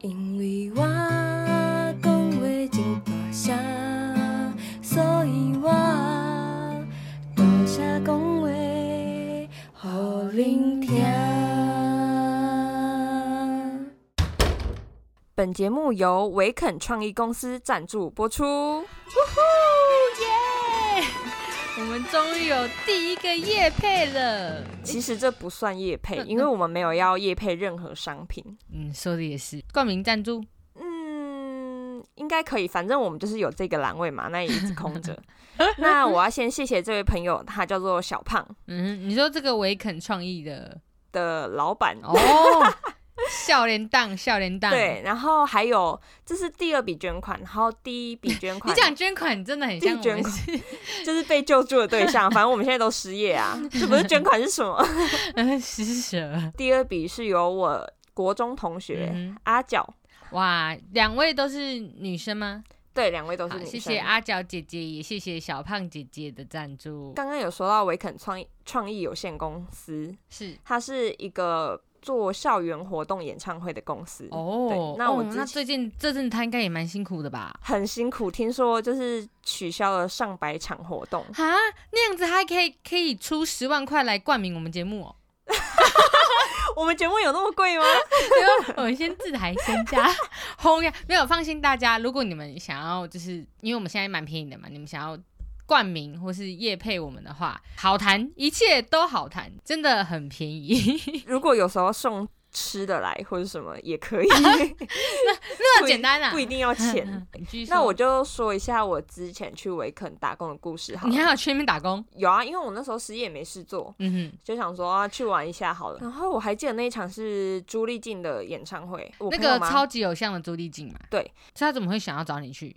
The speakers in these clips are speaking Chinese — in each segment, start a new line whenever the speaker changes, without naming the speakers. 因为我讲话真大声，所以我大声讲话，互恁听。
本节目由维肯创意公司赞助播出。
耶！我们终于有第一个夜配了。
其实这不算业配，因为我们没有要业配任何商品。
嗯，说的也是，冠名赞助。
嗯，应该可以，反正我们就是有这个栏位嘛，那也一直 空着。那我要先谢谢这位朋友，他叫做小胖
嗯，你说这个维肯创意 的
的老板。
哦，笑脸档，笑脸档。
对，，然后还有这是第二笔捐款，然后第一笔捐
你
款
讲捐款真的很像
自己捐
我们
款就是被救助的对象，反正我们现在都失业啊，这不是捐款是什么？
嗯，施舍。
第二笔是由我国中同学、
嗯
阿角，
哼哇，两位都是女生吗？
对，两位都是
好
女生。
谢谢阿角姐姐，也谢谢小胖姐姐的赞助。
刚刚有说到维肯创意创意有限公司，
是
它是一个做校园活动演唱会的公司，
哦
嗯对，那我
哦
之
那
前
最近这阵他应该也蛮辛苦的吧？
很辛苦。听说就是取消了上百场活动，
啊，那样子他还可以可以出十万块来冠名我们节目哦。
我们节目有那么贵吗？
我们先自抬身价，轰呀！没有，放心大家，如果你们想要，就是因为我们现在蛮便宜的嘛，你们想要冠名或是业配我们的话，好谈，一切都好谈，真的很便宜。
如果有时候送吃的来或者什么也可以，
那
不
么
一
简单啊，
不一定要钱。
你继续说
那我就说一下我之前去维肯打工的故事好
你
了。
还有去那边打工？
有啊，因为我那时候失业没事做，
嗯
就想说、啊、去玩一下好了。然后我还记得那一场是朱丽静的演唱会，我
哼，那
朋友
个
吗
超级偶像的朱丽静嘛，
对，
所以他怎么会想要找你去？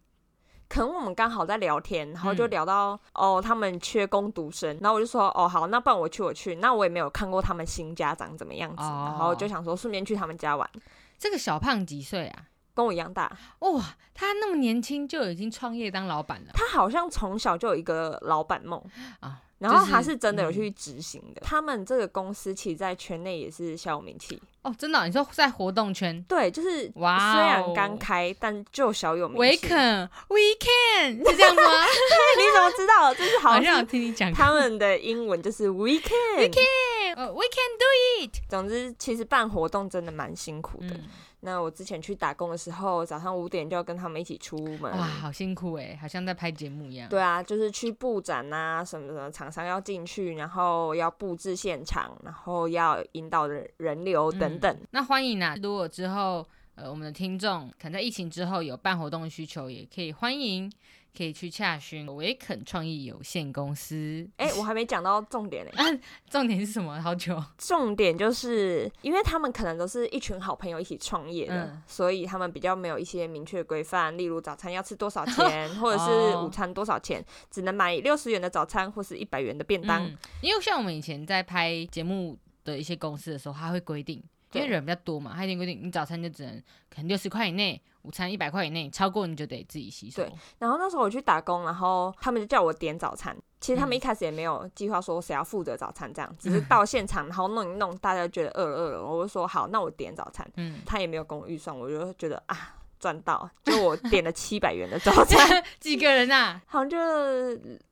可能我们刚好在聊天，然后就
嗯
聊到、哦，他们缺工读生，然后我就说哦好，那不然我去我去，那我也没有看过他们新家长怎么样子，
哦
然后就想说顺便去他们家玩，
这个小胖几岁啊？
跟我一样大，
哇、他那么年轻就已经创业当老板了。
他好像从小就有一个老板梦
啊
然后
就是
他是真的有
嗯
去执行的。他们这个公司其实在圈内也是小有名气，
哦，真的哦、你说在活动圈，
对，就是虽
哇哦
然刚开，但就小有名
维
气。哎
肯 weekend 是这样吗？
你怎么知道？就是好
好
像
像有
是
听你讲过。
他们的英文就是 weekend。
呃，we can
总之，其实办活动真的蛮辛苦
do
的。
it。
那我之前去打工的时候，早上五点就要跟他们一起出门。
哇，好辛苦哎，好像在拍节目一样。
对啊，就是去布展啊，什么什么，厂商要进去，然后要布置现场，然后要引导人人流等等。
那欢迎啊，如果之后呃我们的听众可能在疫情之后有办活动的需求，也可以欢迎，可以去洽询维肯创意有限公司。啊
哎、我还没讲到重点呢、
重点是什么？好久。
重点就是因为他们可能都是一群好朋友一起创业的，
嗯
所以他们比较没有一些明确规范，例如早餐要吃多 少钱，或者是
哦
午餐多少钱，只能买六十元的早餐或是一百元的便当。
嗯，因为像我们以前在拍节目的一些公司的时候，它会规定，因
对
为人比较多嘛，它一定规定你早餐就只能可能六十块以内，午餐一百块以内，超过你就得自己吸收。
对然后那时候我去打工，然后他们就叫我点早餐。其实他们
嗯
一开始也没有计划说谁要负责早餐，这样只是到现场，然后弄一弄，大家觉得饿了饿了，我就说好，那我点早餐。
嗯，
他也没有跟我预算，我就觉得啊赚到，就我点了七百元的 早餐，
几个人啊呐、
好像就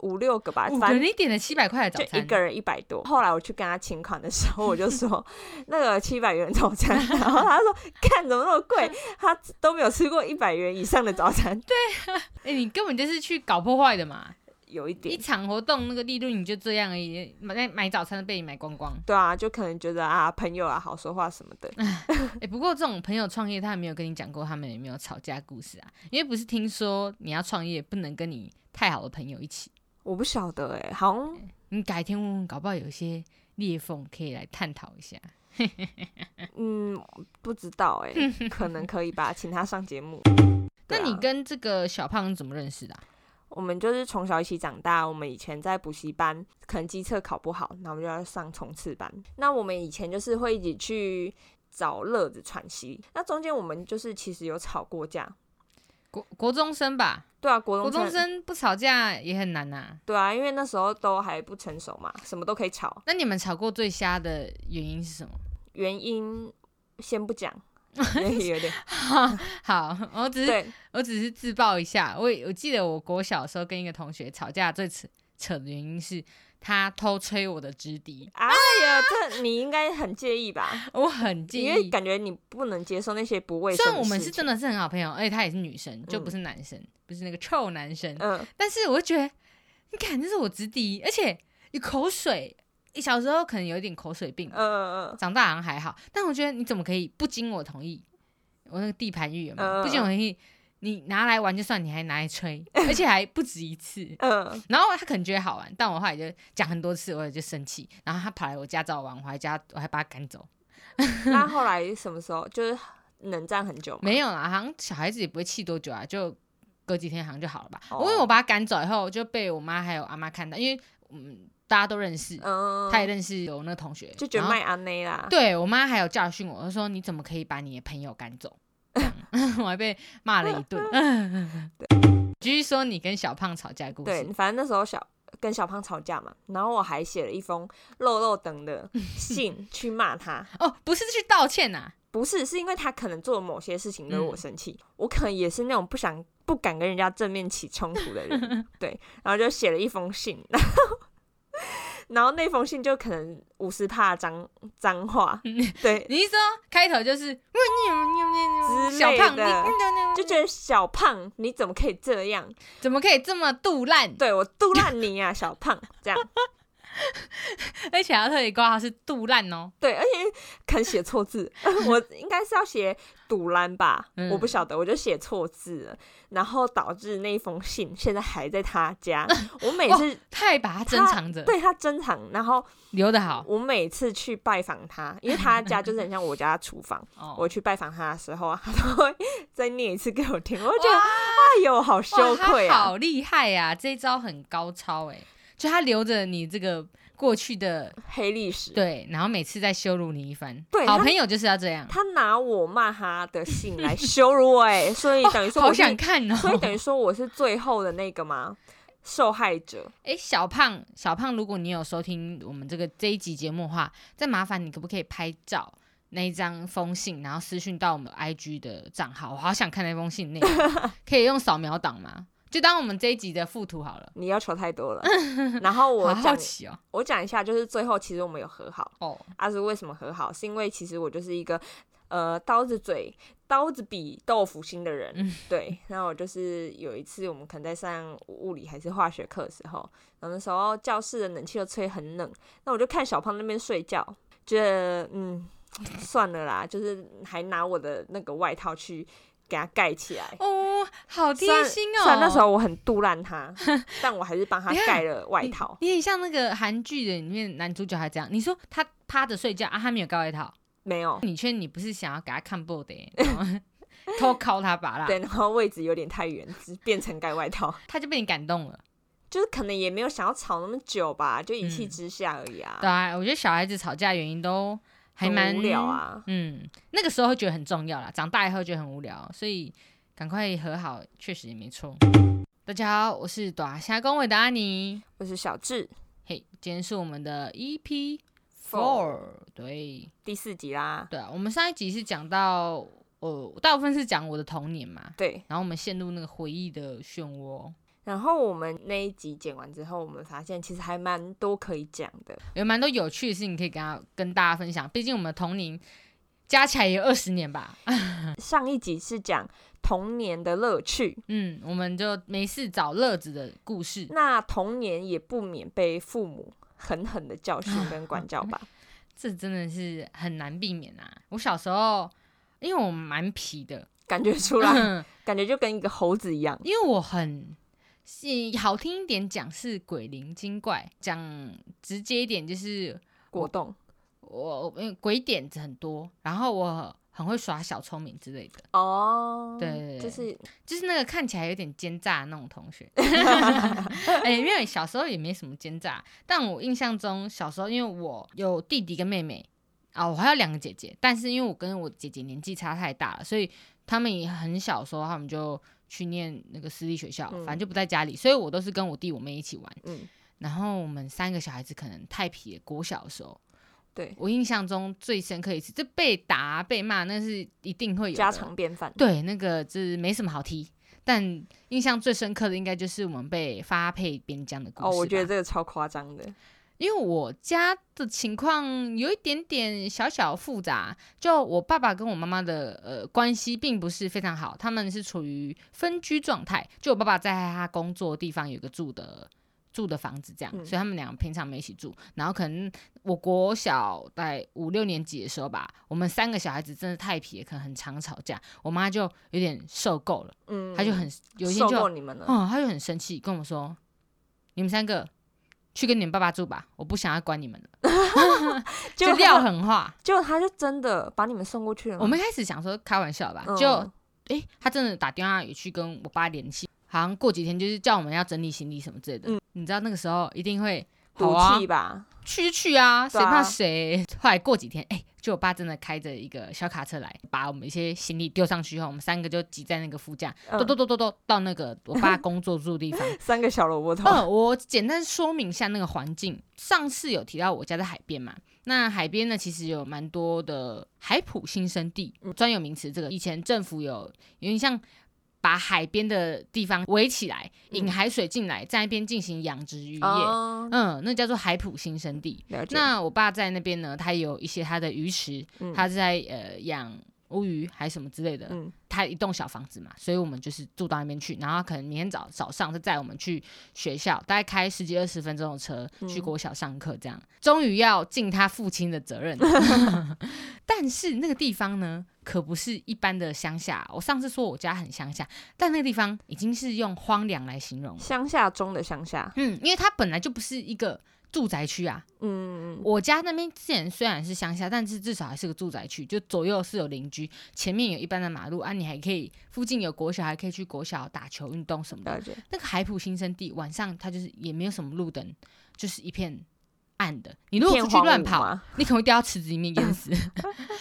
五六个吧
啊？，五
反
个
正
人一点了七百块的
就
早餐，
一个人一百多。后来我去跟他请款的时候，我 就说那个七百元早餐，然后他说看怎么那么贵，他都没有吃过一百元以上的早餐，
哎、你根本就是去搞破坏的嘛！
有一点
一。场活动那个利润你就这样而已，买买早餐被你买光光。
对啊，就可能觉得啊，朋友啊，好说话什 么的。
哎、不过这种朋友创业，他还没有跟你讲过他们有没有吵架故事啊？因为不是听说你要创业不能跟你太好的朋友一起。
我不晓得哎、好像
你改天问问，搞不好有一些裂缝可以来探讨一下。
嗯，不知道哎、 可能可以吧，请他上节目。
那
对啊
你跟这个小胖怎么认识的啊、
我们就是从小一起长大，我们以前在补习班，可能机测考不好，那我们就要上冲刺班。那我们以前就是会一起去找乐子喘息。那中间我们就是其实有吵过架，
国国中生吧，
对啊，国
国
中
中生不吵架也很难呐、
对啊，因为那时候都还不成熟嘛，什么都可以吵。
那你们吵过最瞎的原因是什么？
原因先不讲，有点
好，我只是
对，
我只是自曝一下，我我记得我国小的时候跟一个同学吵架，最扯扯的原因是他偷吹我的直笛，
哎呀，这你应该很介意吧？
我很 介
因为
意。
感觉你不能接受那些不卫生
虽
的事
然
情。
我们是真的是很好朋友，而且他也是女生，就
嗯
不是男生，不是那个臭男生，
嗯，
但是我就觉得，你看这是我直笛，而且你口水，你小时候可能有一点口水病
嗯，嗯
长大好像还好，但我觉得你怎么可以不经我同意？我那个地盘语言嘛，
嗯
不经我同意，你拿来玩就算，你还拿来吹，而且还不止一次。
嗯嗯，
然后他可能觉得好玩，但我后来就讲很多次，我也就生气。然后他跑来我家找我玩，我还家我还把他赶走。
那后来什么时候就是冷战很久吗？
没有啦，好像小孩子也不会气多久啊，就隔几天好像就好了吧。
哦
因为我把他赶走以后，就被我妈还有阿妈看到，因为嗯大家都认识，
嗯，
他也认识有那个同学，
就觉
然
得
后
麦安内啦，
对我妈还有教训我，她说你怎么可以把你的朋友赶走？这样我还被骂了一 顿。 继续说你跟小胖吵架的故事
对，，反正那时候小跟小胖吵架嘛，然后我还写了一封肉肉等的信去骂他，
哦，不是去道歉啊呐、
不是，是因为他可能做了某些事情惹我生气，我可能也是那种不想不敢跟人家正面起冲突的人，对，然后就写了一封信，然后然后那封信就可能五十帕脏脏话，对，
你一说开头就是
之
小
类
胖，
的
你
就觉得小胖你怎么可以这样？
怎么可以这么杜烂？
对我杜烂你啊，小胖这样，
而且要特别挂号是杜烂哦。
对，而且可能写错字， 我应该是要写堵烂吧，
嗯
我不晓得，我就写错字了，然后导致那封信现在还在他家，我每次。
他还把它珍藏着，
对他珍藏，然后
留得好。
我每次去拜访 他，因为他家就是很像我家的厨房。
哦
我去拜访他的时候啊，他都会再念一次给我听，我就觉得
哇
哎呦，好羞愧
哇他
啊！
好厉害呀、这一招很高超哎、就他留着你这个过去的
黑历史。
对，然后每次再羞辱你一番。
对
好
他
朋友就是要这样。
他拿我骂他的信来羞辱我、哎，所以等于说
好
我是、
想看哦！
所以等于说我是最后的那个嘛受害者。
哎，小胖，小胖，如果你有收听我们这个这一集节目的话，再麻烦你可不可以拍照那一张封信，然后私讯到我们 IG 的账号，我好想看那封信内 容，可以用扫描档吗？就当我们这一集的附图好了。
你要求太 多了。然后我
好好
讲，
奇哦。
我讲一下，就是最后其实我们有和好，
哦，
阿、啊、是为什么和好？是因为其实我就是一个呃刀子嘴、刀子比豆腐心的人。
嗯
对，然后我就是有一次我们可能在上物理还是化学课的时候，然后那时候教室的冷气又吹很冷，那我就看小胖那边睡觉，觉得嗯算了啦，就是还拿我的那个外套去给他盖起来。
哦，好贴
虽然
心哦。
虽然那时候我很杜 烂他，但我还是帮他
等一下
盖了外套。
你很像那个韩剧的里面男主角还这样。你说他趴着睡觉啊，他没有盖外套，
没有，
你确定你不是想要给他看 b o 的耶，然后 偷敲他把啦？
对，然后位置有点太远，只变成盖外套。
他就被你感动了。
就是可能也没有想要吵那么久吧，就一气
嗯
之下而已啊。
对啊，我觉得小孩子吵架原因都还
很
蛮
无聊。啊。
嗯，那个时候会觉得很重要啦，长大以后觉得很无聊，所以赶快和好确实也没错。大家好，我是短虾公伟的阿尼。
我是小智
嘿、今天是我们的 EP Four，对
第四集啦，
对啊，我们上一集是讲到，呃，大部分是讲我的童年嘛，
对。
然后我们陷入那个回忆的漩涡，
然后我们那一集剪完之后，我们发现其实还蛮多可以讲的。
有蛮多有趣的事情可以跟他跟大家分享。毕竟我们的童年加起来也二十年吧，
上一集是讲童年的乐趣，
嗯，我们就没事找乐子的故事。
那童年也不免被父母狠狠的教训跟管教吧。
这真的是很难避免啊！我小时候，因为我蛮皮的，
感觉出 来，感觉就跟一个猴子一样。
因为我很是好听一点讲是鬼灵精怪，讲直接一点就是
果冻
我因为鬼点子很多，然后我很会耍小聪明之类的，
哦，
对
就是
就是那个看起来有点奸诈的那种同 学。哎、因为小时候也没什么奸诈，但我印象中小时候，因为我有弟弟跟妹妹啊，我还有两个姐姐，但是因为我跟我姐姐年纪差太大了，所以他们也很小的时候，他们就去念那个私立学校，
嗯
反正就不在家里，所以我都是跟我弟我妹一起玩。
嗯，
然后我们三个小孩子可能太皮了，国小的时候，
对，
我印象中最深刻一次，这被打被骂那是一定会有的
家常便饭。
对，那个就是没什么好提，但印象最深刻的应该就是我们被发配边疆的故事吧。
哦，我觉得这个超夸张的。
因为我家的情况有一点点小小复杂，就我爸爸跟我妈妈的呃关系并不是非常好，他们是处于分居状态。就我爸爸在他工作的地方有一个住的住的房子，这样，
嗯
所以他们俩平常没一起住。然后可能我国小在五六年级的时候吧，我们三个小孩子真的太皮了，可能很常吵架，我妈就有点受够了，
嗯，
她就很有一天
受
就
够你们了。
哦，他就很生气，跟我们说：“你们三个去跟你们爸爸住吧，我不想要管你们了。” 就
就
撂狠话。
结果他就真的把你们送过去了吗。
我们一开始想说开玩笑吧，
嗯
就诶，他真的打电话也去跟我爸联系，好像过几天就是叫我们要整理行李什么之类的。
嗯
你知道那个时候一定会好
赌
啊
气，吧，
去就去啊，谁
对啊
怕谁。后来过几天，哎、就我爸真的开着一个小卡车来，把我们一些行李丢上去后，我们三个就挤在那个副驾，
嗯
咚咚咚咚咚到那个我爸工作住的地方。
三个小萝卜头。
呃，我简单说明一下那个环境。上次有提到我家在海边嘛，那海边呢其实有蛮多的海普新生地
嗯
专有名词，这个以前政府有有点像。把海边的地方围起来，引
嗯
海水进来，在那边进行养殖渔业，
哦，
嗯，那叫做海普新生地。
了解。
那我爸在那边呢，他有一些他的鱼池，
嗯
他是在呃养乌鱼还是什么之类的，
嗯
他一栋小房子嘛，所以我们就是住到那边去，然后可能明天早早上就载我们去学校，大概开十几二十分钟的车
嗯
去国小上课，这样、 终于要尽他父亲的责任。但是那个地方呢，可不是一般的乡下。我上次说我家很乡下，但那个地方已经是用荒凉来形容了。
乡下中的乡下，
嗯，因为它本来就不是一个住宅区啊，
嗯，
我家那边之前虽然是乡下，但是至少还是个住宅区，就左右是有邻居，前面有一般的马路啊，你还可以附近有国小，还可以去国小打球、运动什么的。
了解。
那个海普新生地晚上它就是也没有什么路灯，就是一片暗的。你如果出去乱
片荒芜啊
跑，
吗，
你可能会掉到池子里面淹 死。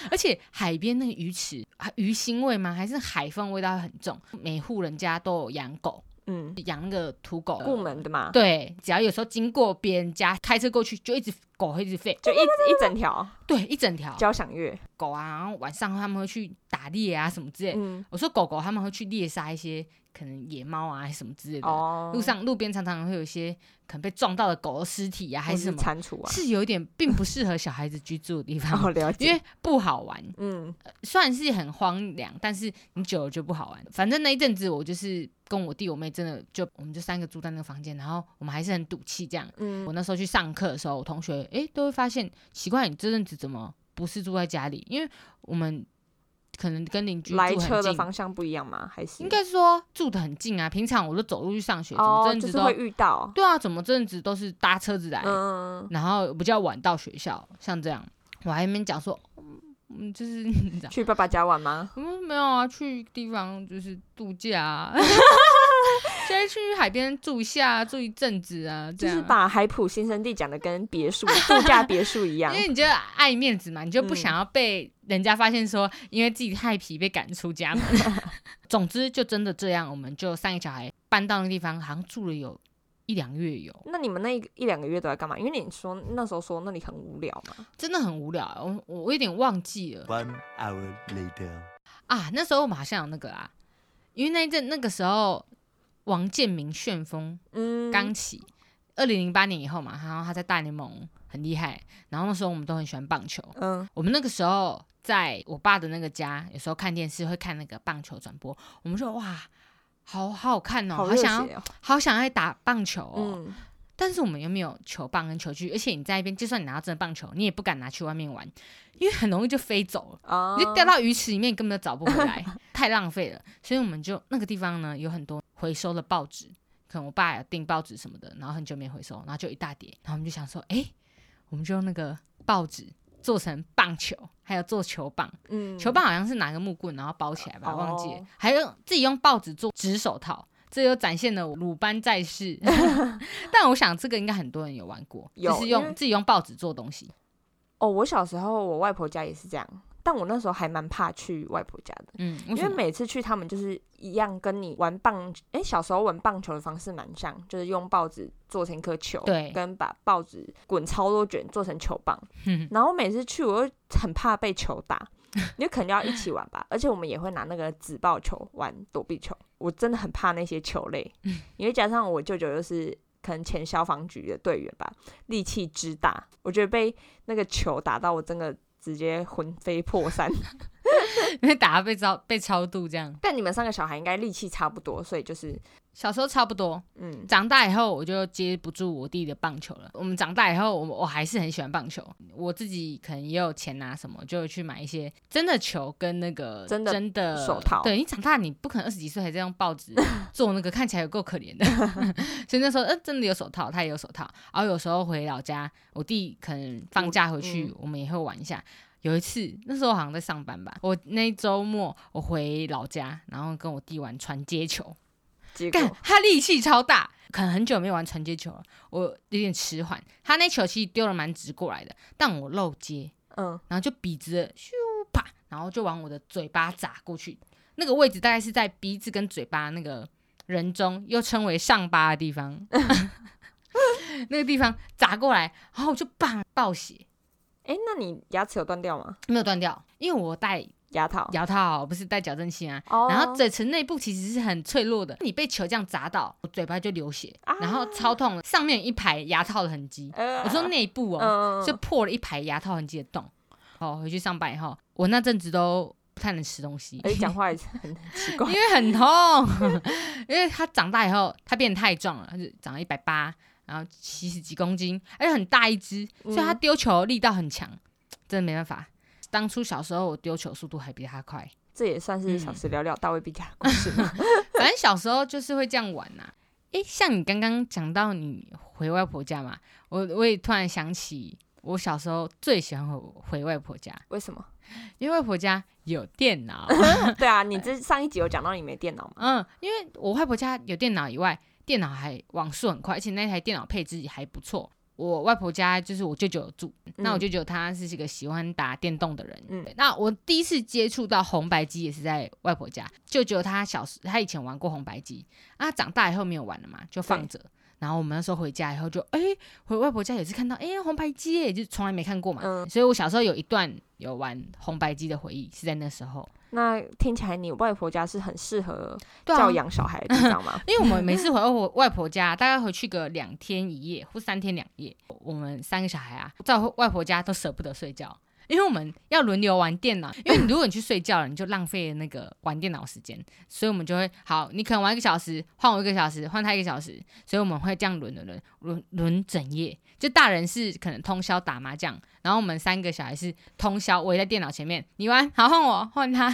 而且海边那个鱼池啊，鱼腥味吗？还是海风味道很重？每户人家都有养狗，
嗯，
养那个土狗。
部门的嘛，
呃对，只要有时候经过别人家，开车过去就一直狗会一直吠，
就一一整条
对，一整条
交响乐，
狗啊，然后晚上他们会去打猎啊什么之类。
嗯，
我说狗狗他们会去猎杀一些可能野猫啊什么之类的。
哦，
路上路边常常会有一些可能被撞到的狗的尸体啊，还
或
是什么，
蟾 蜍啊，
是有一点并不适合小孩子居住的地方，
哦，了
嗯因
解。
为不好玩。
嗯，
虽然是很荒凉，但是你久了就不好玩。反正那一阵子我就是跟我弟我妹真的就我们就三个住在那个房间，然后我们还是很赌气这样。
嗯
我那时候去上课的时候，我同学诶都会发现奇怪，你这阵子怎么不是住在家里？因为我们可能跟邻居住
来
很
车的
近，
方向不一样吗？还是
应该说住的很近啊。平常我都走路去上学，怎么
哦，
这阵
就
子
是
都、
会遇到，
对啊？怎么这阵子都是搭车子来，
嗯，
然后比较晚到学校，像这样，我还没讲说，嗯，就是 你知道。
去爸爸家玩吗？
嗯，没有啊，去地方就是度假、啊， 现在去海边住一下、住一阵子啊，这
就
样
是把海普新生地讲的跟别墅、度假别墅一样
因，为你就爱面子嘛，你就不
嗯
想要被人家发现说，因为自己太皮被赶出 家门。总之就真的这样，我们就三个小孩搬到那个地方，好像住了有一两月有，
那你们那一一两个月都在干嘛？因为你说那时候说那里很无聊嘛，
真的很无聊、我我我有点忘记了
One hour later.
啊，那时候我们好像有那个啦，因为那一阵那个时候王建民旋风
嗯，
刚起，二零零八年以后嘛，然后他在大联盟很厉害，然后那时候我们都很喜欢棒球，
嗯，
我们那个时候在我爸的那个家，有时候看电视会看那个棒球转播，我们说哇，好好好看哦，
好
好
热血
想要
哦，
好想要打棒球哦。
嗯，
但是我们又没有球棒跟球具，而且你在那边，就算你拿到真的棒球，你也不敢拿去外面玩，因为很容易就飞走了。
哦，
你就掉到鱼池里面，根本就找不回 来，太浪费了。所以我们就那个地方呢，有很多回收的报纸，可能我爸有订报纸什么的，然后很久没回收，然后就一大叠，然后我们就想说，哎、我们就用那个报纸做成棒球，还有做球棒，
嗯，
球棒好像是拿个木棍然后包起来吧，
哦
忘记了，还用自己用报纸做纸手套。这又展现了鲁班在 世，但我想这个应该很多人有玩过，
有
就是
因为
用自己用报纸做东西。
哦，我小时候我外婆家也是这样，但我那时候还蛮怕去外婆家的，
嗯，
因为
什么
每次去他们就是一样跟你玩棒，哎、小时候玩棒球的方式蛮像，就是用报纸做成一颗球，
对
跟把报纸滚超多卷做成球棒。
哼
然后每次去我又很怕被球打，你就可能要一起玩吧，而且我们也会拿那个纸棒球玩躲避球，我真的很怕那些球类，
嗯
因为加上我舅舅又是。可能前消防局的队员吧，力气之大，我觉得被那个球打到，我真的直接魂飞魄 散。
因为打到被超被超度这样。
但你们三个小孩应该力气差不多，所以就是
小时候差不多，
嗯，
长大以后我就接不住我弟的棒球了。我们长大以后，我我还是很喜欢棒球。我自己可能也有钱拿什么，就去买一些真的球跟那个
真的
真的
手套
对你长大，你不可能二十几岁还在用报 纸做那个，看起来有够可怜的。所以那时候，呃，真的有手套，他也有手套。然后有时候回老家，我弟可能放假回去，
嗯
我们也会玩一下。有一次，那时候好像在上班吧，我那一周末我回老家，然后跟我弟玩传接球。
结果
干，他力气超大，可能很久没玩传接球了，我有点迟缓。他那球其实丢了蛮直过来的，但我漏接，
嗯，
然后就笔直的咻啪，然后就往我的嘴巴砸过去。那个位置大概是在鼻子跟嘴巴那个人中，又称为上巴的地方， 那个地方砸过来，然后我就棒爆血，
哎、那你牙齿有断掉吗？
没有断掉，因为我戴
牙套？
牙套，不是戴矫正器啊，
哦
然后嘴唇内部其实是很脆弱的，你被球这样砸到，嘴巴就流血，
啊
然后超痛，上面有一排牙套的痕迹。
呃
我说内部哦，
嗯，
就破了一排牙套痕迹的洞。哦，回去上班以后，我那阵子都不太能吃东西，
而且哎讲话也是很很奇怪
因，为很痛。 因为他长大以后，他变得太壮了，他就长到一百八，然后七十几公斤，而且很大一只，所以他
嗯
丢球力道很强，真的没办法。当初小时候我丢球速度还比他快，
这也算
嗯
是小时了了大卫毕加的故事 嘛。
反正小时候就是会这样玩呐、啊诶，像你刚刚讲到你回外婆家嘛，我我也突然想起我小时候最喜欢回回外婆家，
为什么？
因为外婆家有电脑。
对啊，你这上一集有讲到你没电脑嘛？
嗯，因为我外婆家有电脑以外，电脑还网速很快，而且那台电脑配置也还不错。我外婆家就是我舅舅有住，那我
嗯
舅舅他是一个喜欢打电动的人。
嗯
对那我第一次接触到红白机也是在外婆家。舅舅他小时他以前玩过红白机，啊，长大以后没有玩了嘛，就放着。然后我们那时候回家以后就，哎、回外婆家也是看到，哎、红白机耶，就从来没看过嘛。
嗯
所以我小时候有一段有玩红白机的回忆是在那时候。
那听起来你外婆家是很适合
对啊
教养小孩的地 方嘛？
因为我们每次回 外婆外婆家，大概回去个两天一夜或三天两夜，我们三个小孩啊，在外婆家都舍不得睡觉。因为我们要轮流玩电脑，因为你如果你去睡觉了，你就浪费了那个玩电脑时间，所以我们就会好，你可能玩一个小时，换我一个小时，换他一个小时，所以我们会这样轮轮轮轮轮整夜。就大人是可能通宵打麻将，然后我们三个小孩是通宵围在电脑前面，你玩好换我换他，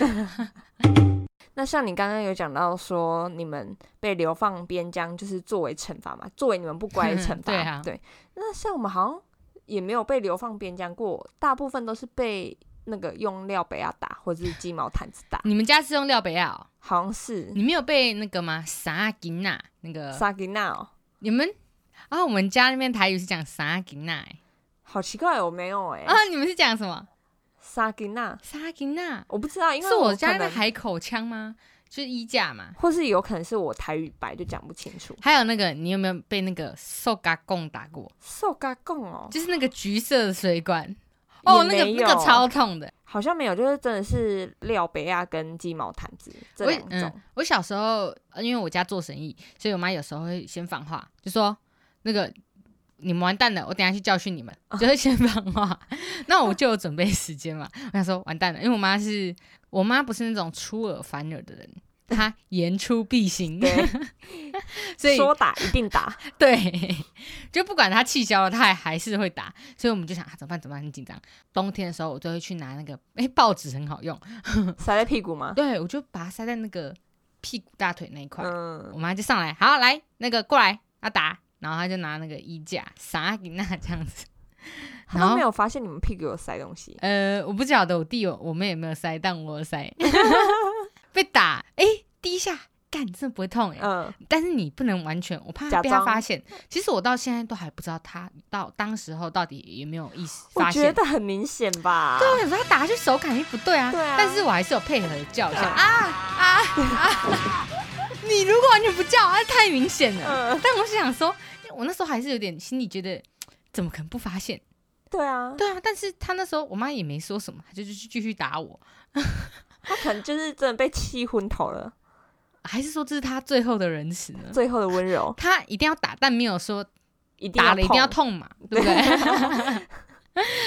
那像你刚刚有讲到说，你们被流放边疆就是作为惩罚嘛，作为你们不乖的惩 罚。
对啊
那像我们好像也没有被流放边疆过，大部分都是被那个用料杯啊打，或者是鸡毛掸子打，
你们家是用廖北亚哦、
好像是
你没有被那个吗？啥吉娜那个
萨吉娜哦，
你们啊，我们家那边台语是讲啥吉娜欸
好奇怪，我没有哎、
啊，你们是讲什么
萨吉娜，
啥吉娜？
我不知道，因为
是我
可
家那边
能，
海口腔吗？就是衣架嘛。
或是有可能是我台语白就讲不清楚。
还有那个，你有没有被那个瘦嘎贡打过？
受嘎贡哦，
就是那个橘色的水管哦，那
也
个
没有
那个超痛的。
好像没有，就是真的是料杯啊跟鸡毛掸子这
我
两种。
嗯我小时候呃因为我家做生意，所以我妈有时候会先放话，就说那个你们完蛋了，我等一下去教训你们，
哦
就会先放话。那我就有准备时间嘛，我想说完蛋了，因为我妈是我妈不是那种出尔反尔的人，她言出必行，
对，
嗯 所以
说打一定打，
对， 就不管他气消了，他还还是会打，所以我们就想、啊、怎么办？怎么办？很紧张。冬天的时候，我就会去拿那个，哎、报纸很好用，
塞在屁股吗？
对我就把它塞在那个屁股大腿那一块，
嗯，
我妈就上来，好来那个过来要打，然后她就拿那个衣架撒给那这样子，然
他都
后
没有发现你们屁股有塞东西。
呃我不晓 得我弟有我妹有没有塞，但我有塞，被打，哎、第一下。干干，你真的不会痛哎、
嗯，
但是你不能完全，我怕
假
被他
装
发现。其实我到现在都还不知道他到当时候到底有没有意识
我
发
觉
现。
得很明显吧。
对，我想说他打下去手感也不对啊，
对啊
但是我还是有配合地叫一下
嗯
啊啊 啊！你如果完全不叫，啊，太明显了。
嗯，
但我是想说，我那时候还是有点心里觉得，怎么可能不发现？
对啊，
对啊，但是他那时候我妈也没说什么，她就继续继续打我，
他可能就是真的被气昏头了，
还是说这是她最后的仁慈呢？
最后的温柔
她一定要打，但没有说
一定
打了一定要
痛
痛嘛，对不 对？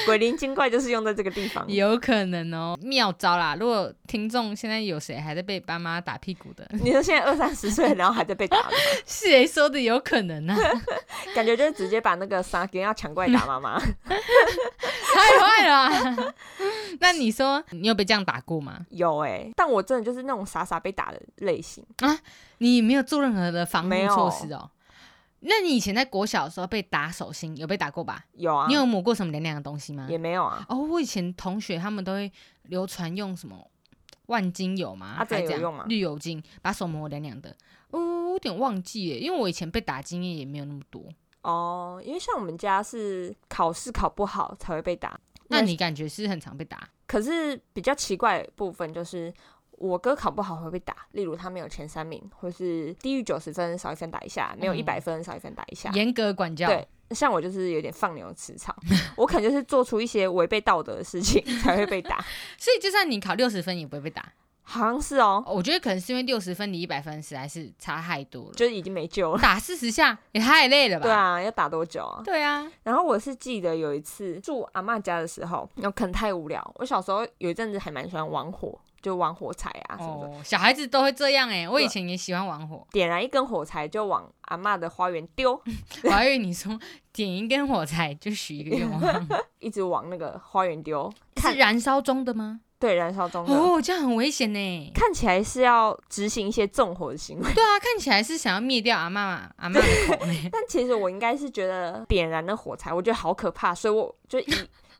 鬼灵精怪就是用在这个地方。
有可能哦，妙招啦！如果听众现在有谁还在被爸妈打屁股的，
你说现在二三十岁，然后还在被打，
是谁说的？有可能啊，
感觉就是直接把那个沙给要抢过来打 妈妈。
太坏了啊、 那你说你有被这样打过吗？
有哎、但我真的就是那种傻傻被打的类型。
你没有做任何的防护
没有
措施哦。那你以前在国小的时候被打手心，有被打过吧？
有啊，
你有抹过什么凉凉的东西吗？
也没有啊？
哦，我以前同学他们都会流传用什么万金油嘛，
啊这
还
有
怎样
用吗
绿油精把手抹凉凉的。哦，我有点忘记耶，因为我以前被打经验也没有那么多。
哦，因为像我们家是考试考不好才会被打，
那你感觉是很常被打？
可是比较奇怪的部分就是。我哥考不好会被打，例如他没有前三名，或是低于九十分少一分打一下，没有
嗯
一百分少一分打一下。
严格管教，
对，像我就是有点放牛吃 草，我可能就是做出一些违背道德的事情才会被打，
所以就算你考六十分也不会被打。
好像是哦，
我觉得可能是因为六十分离一百分实在是差太多了，
就是已经没救了。
打四十下也太累了吧？
对，啊，要打多久啊？
对啊，
然后我是记得有一次住阿嬷家的时候，那可能太无聊。我小时候有一阵子还蛮喜欢玩火，就玩火柴啊什么的，啊
哦，小孩子都会这样哎、我以前也喜欢玩 火，
点燃一根火柴就往阿嬷的花园 丢，
我还以为你说点一根火柴就许一个 愿望，
一直往那个花园丢，看
是燃烧中的吗？
对燃烧中的。
哦，这样很危险呢。
看起来是要执行一些纵火的行为，
对啊，看起来是想要灭掉阿妈阿妈的口呢。
但其实我应该是觉得点燃了火柴，我觉得好可怕，所以我就一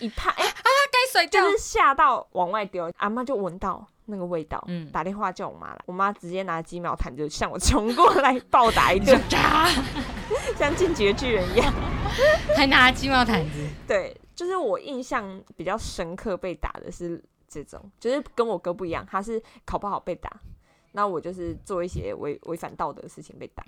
一怕，哎、
该甩掉
就。是吓到往外丢，阿嬷就闻到那个味道，
嗯，
打电话叫我妈来，我妈直接拿几秒毯就向我冲过来暴打一 顿，
炸，
像进击的巨人一样。
还拿鸡毛毯子。
对，就是我印象比较深刻被打的是这种，就是跟我哥不一样，他是考不好被打，那我就是做一些违违反道德的事情被
嗯
打。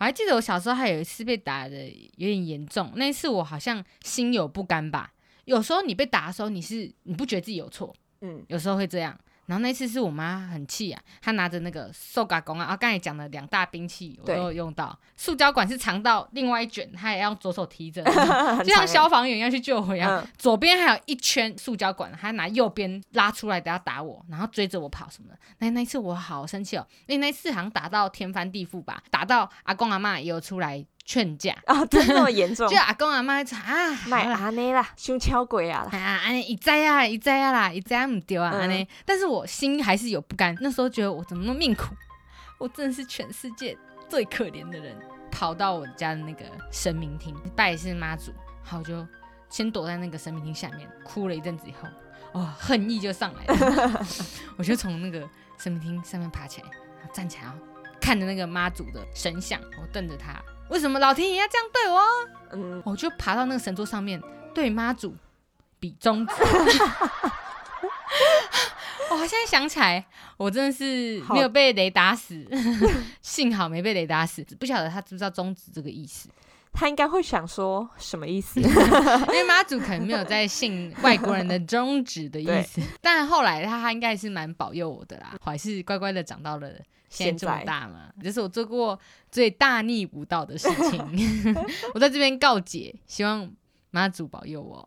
我还记得我小时候还有一次被打的有点严重，那一次我好像心有不甘吧。有时候你被打的时候，你是你不觉得自己有错，
嗯，
有时候会这样。然后那次是我妈很气啊，她拿着那个瘦嘎弓啊，啊刚才讲的两大兵器我都
对
有用到，塑胶管是长到另外一卷，她也要左手提 着，
很
就像
长欸
消防员要去救火一样。
嗯
左边还有一圈塑胶管，她拿右边拉出来的要打我，然后追着我跑什么的。那那一次我好生气哦，那那一次好像打到天翻地覆吧，打到阿公阿妈也有出来劝架，
啊，真这么严 重
就？阿公阿妈就说啊，好
买
啦
阿内啦，胸敲鬼啊啦！
啊，安尼一栽啊，一栽啊啦，一栽唔丢啊，
嗯
安尼、但是我心还是有不甘，那时候觉得我怎么那么命苦， 我真的是全世界最可怜的人。跑到我家的那个神明厅拜是妈祖，好我就先躲在那个神明厅下面哭了一阵子以后，哦，恨意就上来了， 我就从那个神明厅上面爬起来，然后站起来哦，看着那个妈祖的神像，我瞪着他，为什么老天爷要这样对我？
嗯，
我哦就爬到那个神桌上面，对妈祖比中 指。哦我现在想起来，我真的是没有被雷打死， 幸好没被雷打死。不晓得他知不知道中指这个意 思，
他应该会想说什么意
嗯
思？
因为妈祖可能没有在信外国人的中指的意思。但后来他他应该是蛮保佑我的啦，我还是乖乖的长到了现在这么
现在
大嘛。这是我做过最大逆不道的事情， 我在这边告解，希望妈祖保佑我。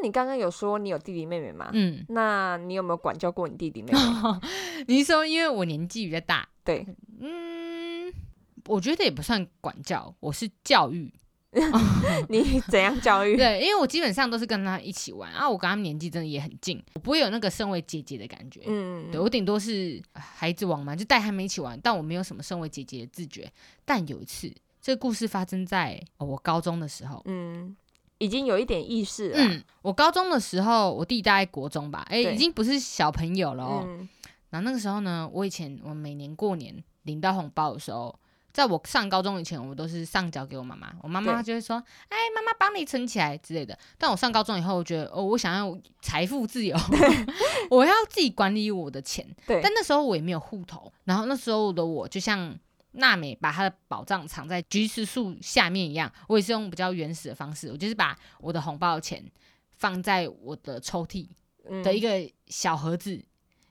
那你刚刚有说你有弟弟妹妹吗？
嗯。
那你有没有管教过你弟弟 妹妹？
你是说，因为我年纪比较大，
对，
嗯，我觉得也不算管教，我是教 育。
你怎样教育？
对，因为我基本上都是跟他一起玩啊，我跟他们年纪真的也很近，我不会有那个身为姐姐的感觉。
嗯，
对我顶多是呃孩子王嘛，就带他们一起玩，但我没有什么身为姐姐的自觉。但有一次，这个故事发生在哦我高中的时候。
嗯，已经有一点意识
嗯
了啊。
嗯，我高中的时候，我弟大概国中吧，哎、
对
已经不是小朋友了哦。
嗯
然后那个时候呢，我以前我每年过年领到红包的时候，在我上高中以前，我都是上缴给我妈妈，我妈妈
对
就会说：“哎，妈妈帮你存起来之类的。”但我上高中以后，我觉得哦，我想要财富自由， 我要自己管理我的钱。
对
但那时候我也没有户头，然后那时候的我就像。娜美把她的宝藏藏在橘子树下面一样，我也是用比较原始的方式，我就是把我的红包的钱放在我的抽屉，
嗯
的一个小盒子，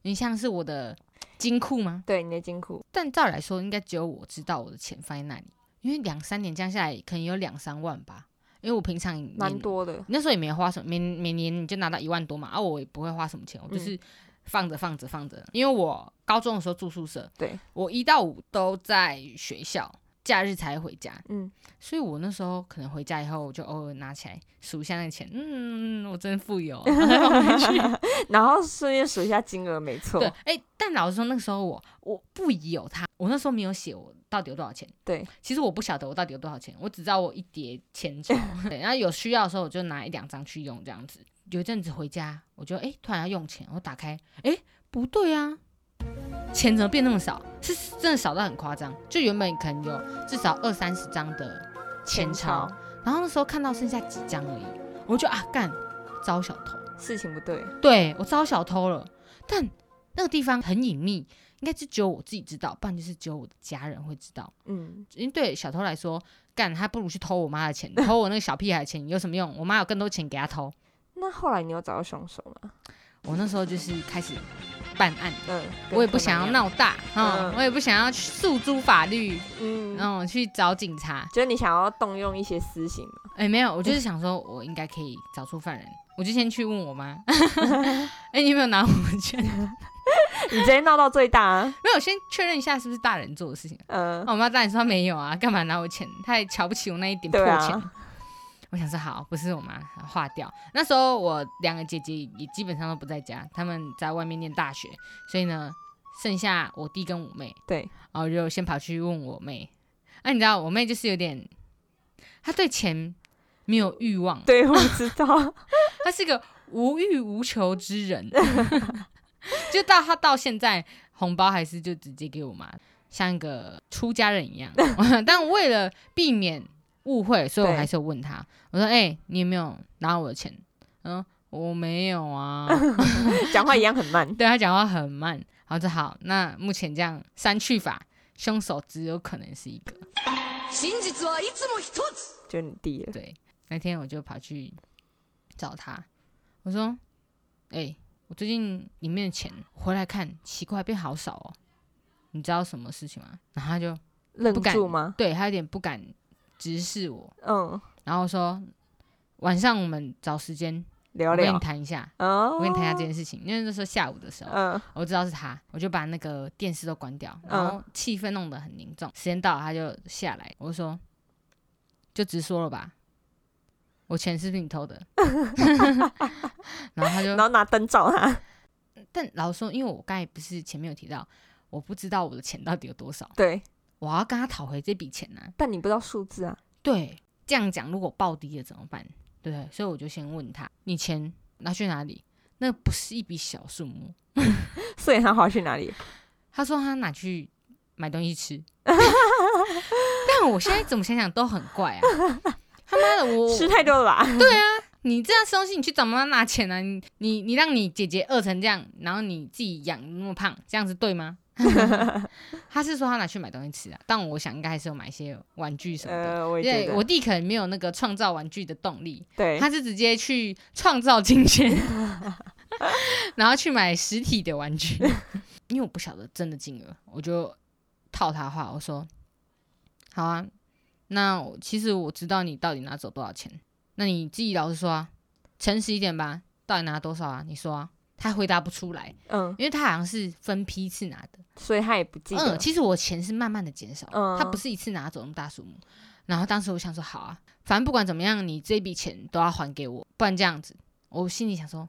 你像是我的金库吗？
对你的金库，
但照理来说，应该只有我知道我的钱放在那里，因为两三年这样下来，可能有两三万吧。因为我平常年
蛮，多的，
那时候也没花什么，每每年你就拿到一万多嘛，啊，我也不会花什么钱，
嗯
我就是放着放着放着。因为我高中的时候住宿舍，
对
我一到五都在学校，假日才回家，
嗯，
所以我那时候可能回家以后，我就偶尔拿起来数一下那个钱，嗯，我真富有、啊然后再放 回去。
然后顺便数一下金额，没错
对，，哎、但老实说，那个时候我我不疑有他，我那时候没有写我到底有多少钱。
对，
其实我不晓得我到底有多少钱，我只知道我一叠钱 钞。对，然后有需要的时候我就拿一两张去用，这样子。有一阵子回家，我就哎、突然要用钱，我打开，哎、不对啊，钱怎么变那么少？是真的少到很夸张，就原本可能有至少二三十张的钱钞，然后那时候看到剩下几张而已，我就啊干，招小偷。
事情不对，
对我遭小偷了，但那个地方很隐秘，应该是只有我自己知道，不然就是只有我的家人会知道。
嗯，
因为对小偷来说，干他不如去偷我妈的钱，偷我那个小屁孩的钱有什么用？我妈有更多钱给他偷。
那后来你有找到凶手吗？
我那时候就是开始办案，
嗯，跟
我也不想要
柯南一样，
闹大，嗯，
嗯
我也不想要去诉诸法律，
嗯，
嗯，去找警察。
就是你想要动用一些私刑嘛，
哎、没有，我就是想说，我应该可以找出犯人，我就先去问我妈。 哎、你有没有拿我的钱？
你直接闹到最大、啊，
没有，先确认一下是不是大人做的事情。
嗯，
哦那我妈当然说没有啊，干嘛拿我钱？她也瞧不起我那一点破
对
钱。
啊，
我想说好，不是我妈划掉。那时候我两个姐姐也基本上都不在家，她们在外面念大学，所以呢，剩下我弟跟我妹。
对，
然后我就先跑去问我妹。啊，你知道我妹就是有点，她对钱没有欲望，
对，我知 道，
她是个无欲无求之人。 就到她到现在，红包还是就直接给我妈，像一个出家人一样。但为了避免误会，所以我
对
还是有问她，我说：“哎、你有没有拿我的钱？”嗯，我没有啊。
讲话一样很慢，
对他讲话很慢。然后就好，那目前这样删去法，凶手只有可能是一个。
就你弟了，
对，那天我就跑去找他，我说：“哎、我最近里面的钱回来看，奇怪变好少哦，你知道什么事情吗？”然后他就
愣
不敢
住吗？
对他有点不敢直视我，
嗯，
然后说：“晚上我们找时间，
聊
我跟
聊
你，谈一下，
哦，
我跟你谈一下这件事情。”因为那时候下午的时候，
嗯，
我知道是他，我就把那个电视都关掉，然后气氛弄得很凝重。时间到了，他就下来，我就说，就直说了吧，我钱是不是你偷的？ 然后他
然
就，
后拿灯照他，
但老实说，因为我刚才不是前面有提到，我不知道我的钱到底有多少，
对，
我要跟他讨回这笔钱呢、
但你不知道数字啊，
对，这样讲如果暴跌了怎么办？对不对？所以我就先问他，你钱拿去哪里？那不是一笔小数目，
所以他滑去哪里？
他说他拿去买东西吃， 但我现在怎么想想都很怪啊！他妈的我，
吃太多了吧？
你这样吃东西，你去找妈妈拿钱啊！你你你让你姐姐饿成这样，然后你自己养那么胖，这样子对 吗？他是说他拿去买东西吃啊，但我想应该还是有买一些玩具什么的。
呃，我也
因
觉
为
得，
我弟可能没有那个创造玩具的动力，
对，
他是直接去创造金钱，然后去买实体的玩具，因为我不晓得真的金额，我就套他话，我说：“好啊，那我其实我知道你到底拿走多少钱，那你自己老实说啊，诚实一点吧，到底拿多少啊？你说啊。”他回答不出来，
嗯，
因为他好像是分批次拿的。
所以他也不记得
嗯，，其实我钱是慢慢的减少，
嗯
他不是一次拿走那么大数目。然后当时我想说，好啊，反正不管怎么样，你这笔钱都要还给我，不然这样子，我心里想说，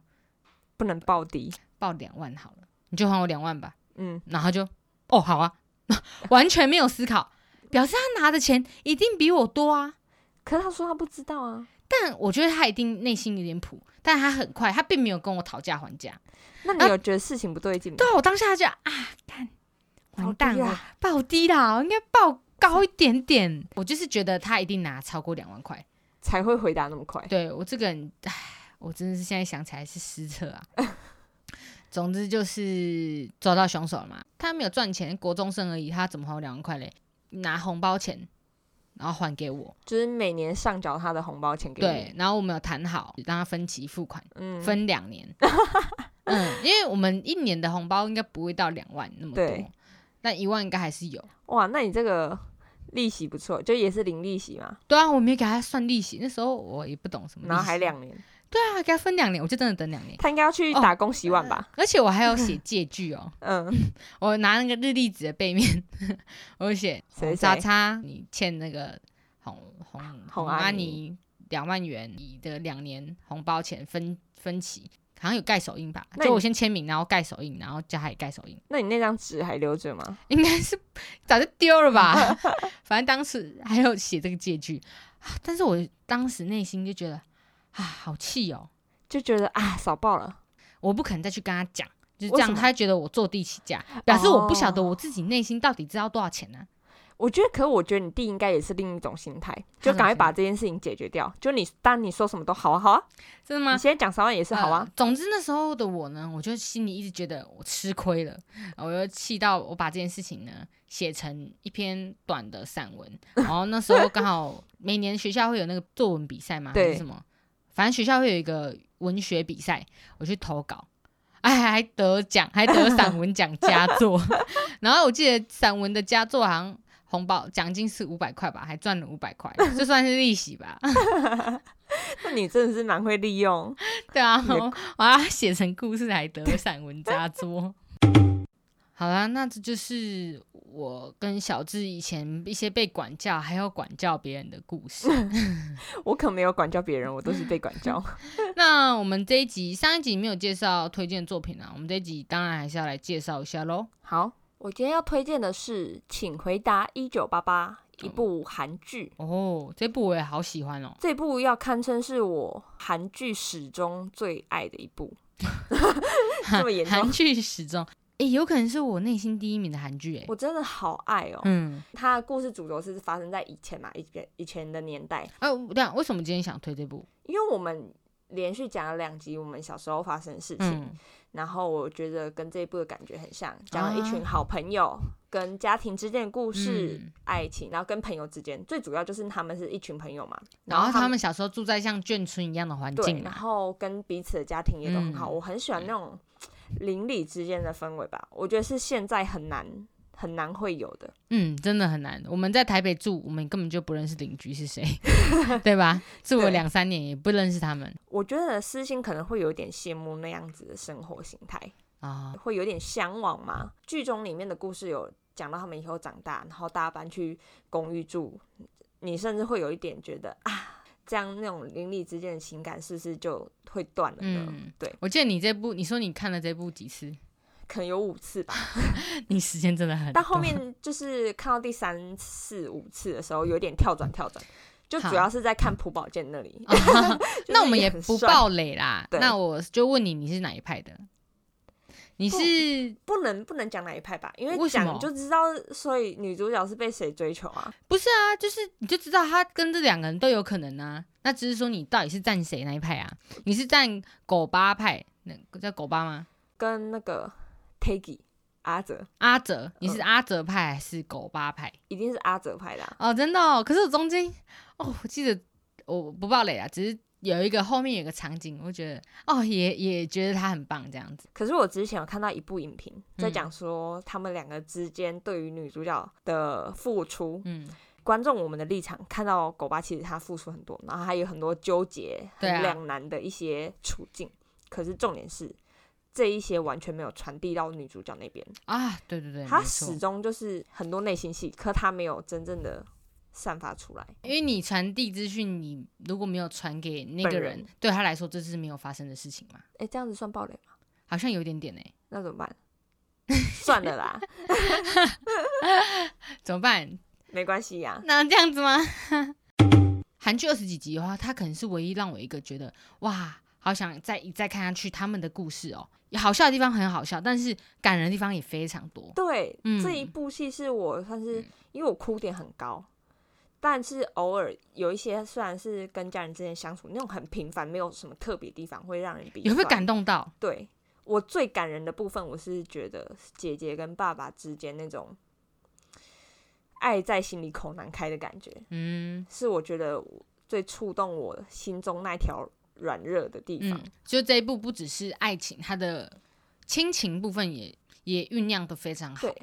不能暴敌，
报两万好了，你就还我两万吧。
嗯，
然后就，哦，好啊， 完全没有思考，表示他拿的钱一定比我多啊。
可是他说他不知道啊，
但我觉得他一定内心有点苦，但他很快，他并没有跟我讨价还价。
那
啊
你有觉得事情不对劲吗
对？啊，我当下就啊，干，完蛋
好低
了
啊，
爆低啦，我应该爆高一点点。我就是觉得他一定拿超过两万块。
才会回答那么快。
对我这个人，唉，我真的是现在想起来是失策啊。 总之就是抓到凶手了嘛，他没有赚钱，国中生而已，他怎么还有两万块嘞？拿红包钱，然后还给我。
就是每年上缴他的红包钱给
对
你。，
然后我们有谈好，让他分期付款，
嗯，
分两 年。嗯，因为我们一年的红包应该不会到两万那么
对
多，但一万应该还是有。
哇，那你这个利息不错，就也是零利息嘛，
对啊，我没有给他算利息，那时候我也不懂什么利息。
然后还两年，
对啊，给他分两年，我就真的等两年。
他应该要去
哦
打工洗碗吧？
而且我还有写借据 哦，
嗯，
我拿那个日历纸的背面， 我有写
谁
渣
谁
叉，你欠那个红红
红
阿
阿
尼两万元，你的两年红包钱分分期，好像有盖手印吧？
那你
就我先签名，然后盖手印，然后叫他也盖手印，
那你那张纸还留着吗？
应该是 早就丢了 吧？反正当时还有写这个借据，啊但是我当时内心就觉得啊，好气哦，
就觉得啊，少报了，
我不可能再去跟他讲。就是
为
这
什
样，
么
他觉得我坐地起价，表示我不晓得
哦
我自己内心到底知道多少钱啊呢、
我觉得，可我觉得你弟应该也是另一种心态，就赶快把这件事情解决掉。就你，当你说什么都好啊好啊，
真的
你
吗？
现在讲三万也是好啊
呃。总之那时候的我呢，我就心里一直觉得我吃亏了，呃我又气到我把这件事情呢写成一篇短的散文。然后那时候刚 好每年学校会有那个作文比赛嘛，还
对
是什么，反正学校会有一个文学比赛，我去投稿。哎，还得奖，还得散 文奖佳作。 然后我记得散文的佳作好像红包奖金是五百块吧，还赚了五百块，这算是利息吧？
那你真的是蛮会利用。
对 啊，
也
我我要写成故事来得散文佳作。 好啦，那这就是我跟小智以前一些被管教，还有管教别人的故 事。
我可没有管教别人，我都是被管 教。
那我们这一集上一集没有介绍推荐作品啊，我们这一集当然还是要来介绍一下喽。
好，我今天要推荐的是《请回答一九八八》，一
嗯
部韩剧。
哦，这部我也好喜 欢哦。
这部要堪称是我韩剧始终最爱的一部。这么严重
韩剧始终，诶、有可能是我内心第一名的韩剧诶。
我真的好爱哦！
嗯，
它的故事主轴是发生在以前嘛，以前以前的年代，
啊，我等一下为什么今天想推这部？
因为我们连续讲了两集我们小时候发生的事情，
嗯，
然后我觉得跟这一部的感觉很像，讲了一群好朋友、跟家庭之间的故
啊
事、
嗯
爱情，然后跟朋友之间，最主要就是他们是一群朋友嘛，
然后
他
他们小时候住在像眷村一样的环
对，
境
然
嘛，
后跟彼此的家庭也都很好，
嗯
我很喜欢那种邻里之间的氛围吧，我觉得是现在很难很难会有的。
嗯，真的很难。我们在台北住，我们根本就不认识邻居是谁， 对吧？住了
对
两三年也不认识他们
我觉得私心可能会有点羡慕那样子的生活形态，
啊、
会有点向往嘛。剧中里面的故事有讲到他们以后长大，然后大家搬去公寓住，你甚至会有一点觉得啊，这样那种邻里之间的情感是不是就会断了呢？
嗯，
对，
我记得你这部，你说你看了这部几次？
可能有五次 吧，
你时间真的很多。
但后面就是看到第三次、五次的时候，有点跳转跳转，就
好
主要是在看朴宝剑那里。就是
那我们也
很
不
帅
爆雷啦。
对
那我就问你，你是哪一派的？你是
不能不能讲哪一派吧，因
为
为
什么
讲就知道，所以女主角是被谁追求啊？
不是啊？就是你就知道他跟这两个人都有可能啊。那只是说你到底是站谁那一派啊？你是站狗巴派，那个叫狗巴吗？
跟那个 Taggy 阿哲，
阿哲，你
呃
是阿哲派还是狗巴派？
一定是阿哲派的啊、
哦，真的、哦。可是我中间，哦，我记得我不爆雷啊，只是有一个后面有个场景，我觉得哦，也也觉得他很棒这样子。
可是我之前有看到一部影评，
嗯
在讲说他们两个之间对于女主角的付出，
嗯，
观众我们的立场看到狗巴其实他付出很多，然后还有很多纠结、
对啊
很两难的一些处境。可是重点是，这一些完全没有传递到女主角那边，
啊，对对对，
她
没错
始终就是很多内心戏，可她没有真正的散发出来。
因为你传递资讯，你如果没有传给那个
本
人，
人
对他来说这是没有发生的事情嘛？
哎、这样子算暴雷吗？
好像有一点点哎、
那怎 么办？算了啦，
怎么办？
没关系呀、
那这样子吗？ 韩剧二十几集的话，它可能是唯一让我一个觉得哇，好想再一再看下去他们的故事哦。好笑的地方很好笑，但是感人的地方也非常多。
对，
嗯
这一部戏是我算是因为我哭点很高，但是偶尔有一些虽然是跟家人之间相处那种很平凡，没有什么特别地方，会让人鼻
也会
酸
感动到，
对我最感人的部分，我是觉得姐姐跟爸爸之间那种爱在心里口难开的感觉，
嗯
是我觉得最触动我心中那条软热的地方。
嗯，就这一部不只是爱情，它的亲情部分也也酝酿的非常好，
对，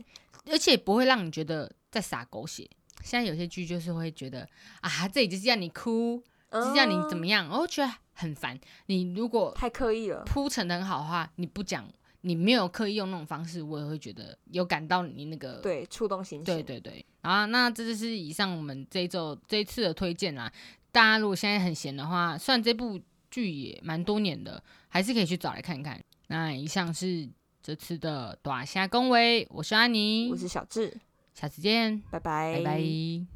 而且不会让你觉得在撒狗血。现在有些剧就是会觉得啊，这里就是要你哭，就是要你怎
嗯
么样，我觉得很烦。你如果
太刻意了？
铺陈的很好的话，你不讲，你没有刻意用那种方式，我也会觉得有感到你那个
对，触动心
对
弦。
对对，啊，那这就是以上我们这一周这一次的推荐啦。大家如果现在很闲的话，虽然这部剧也蛮多年的，还是可以去找来看看。那以上是这次的短虾恭维，我是安妮
我，是小智，
下次见，
拜拜，
拜拜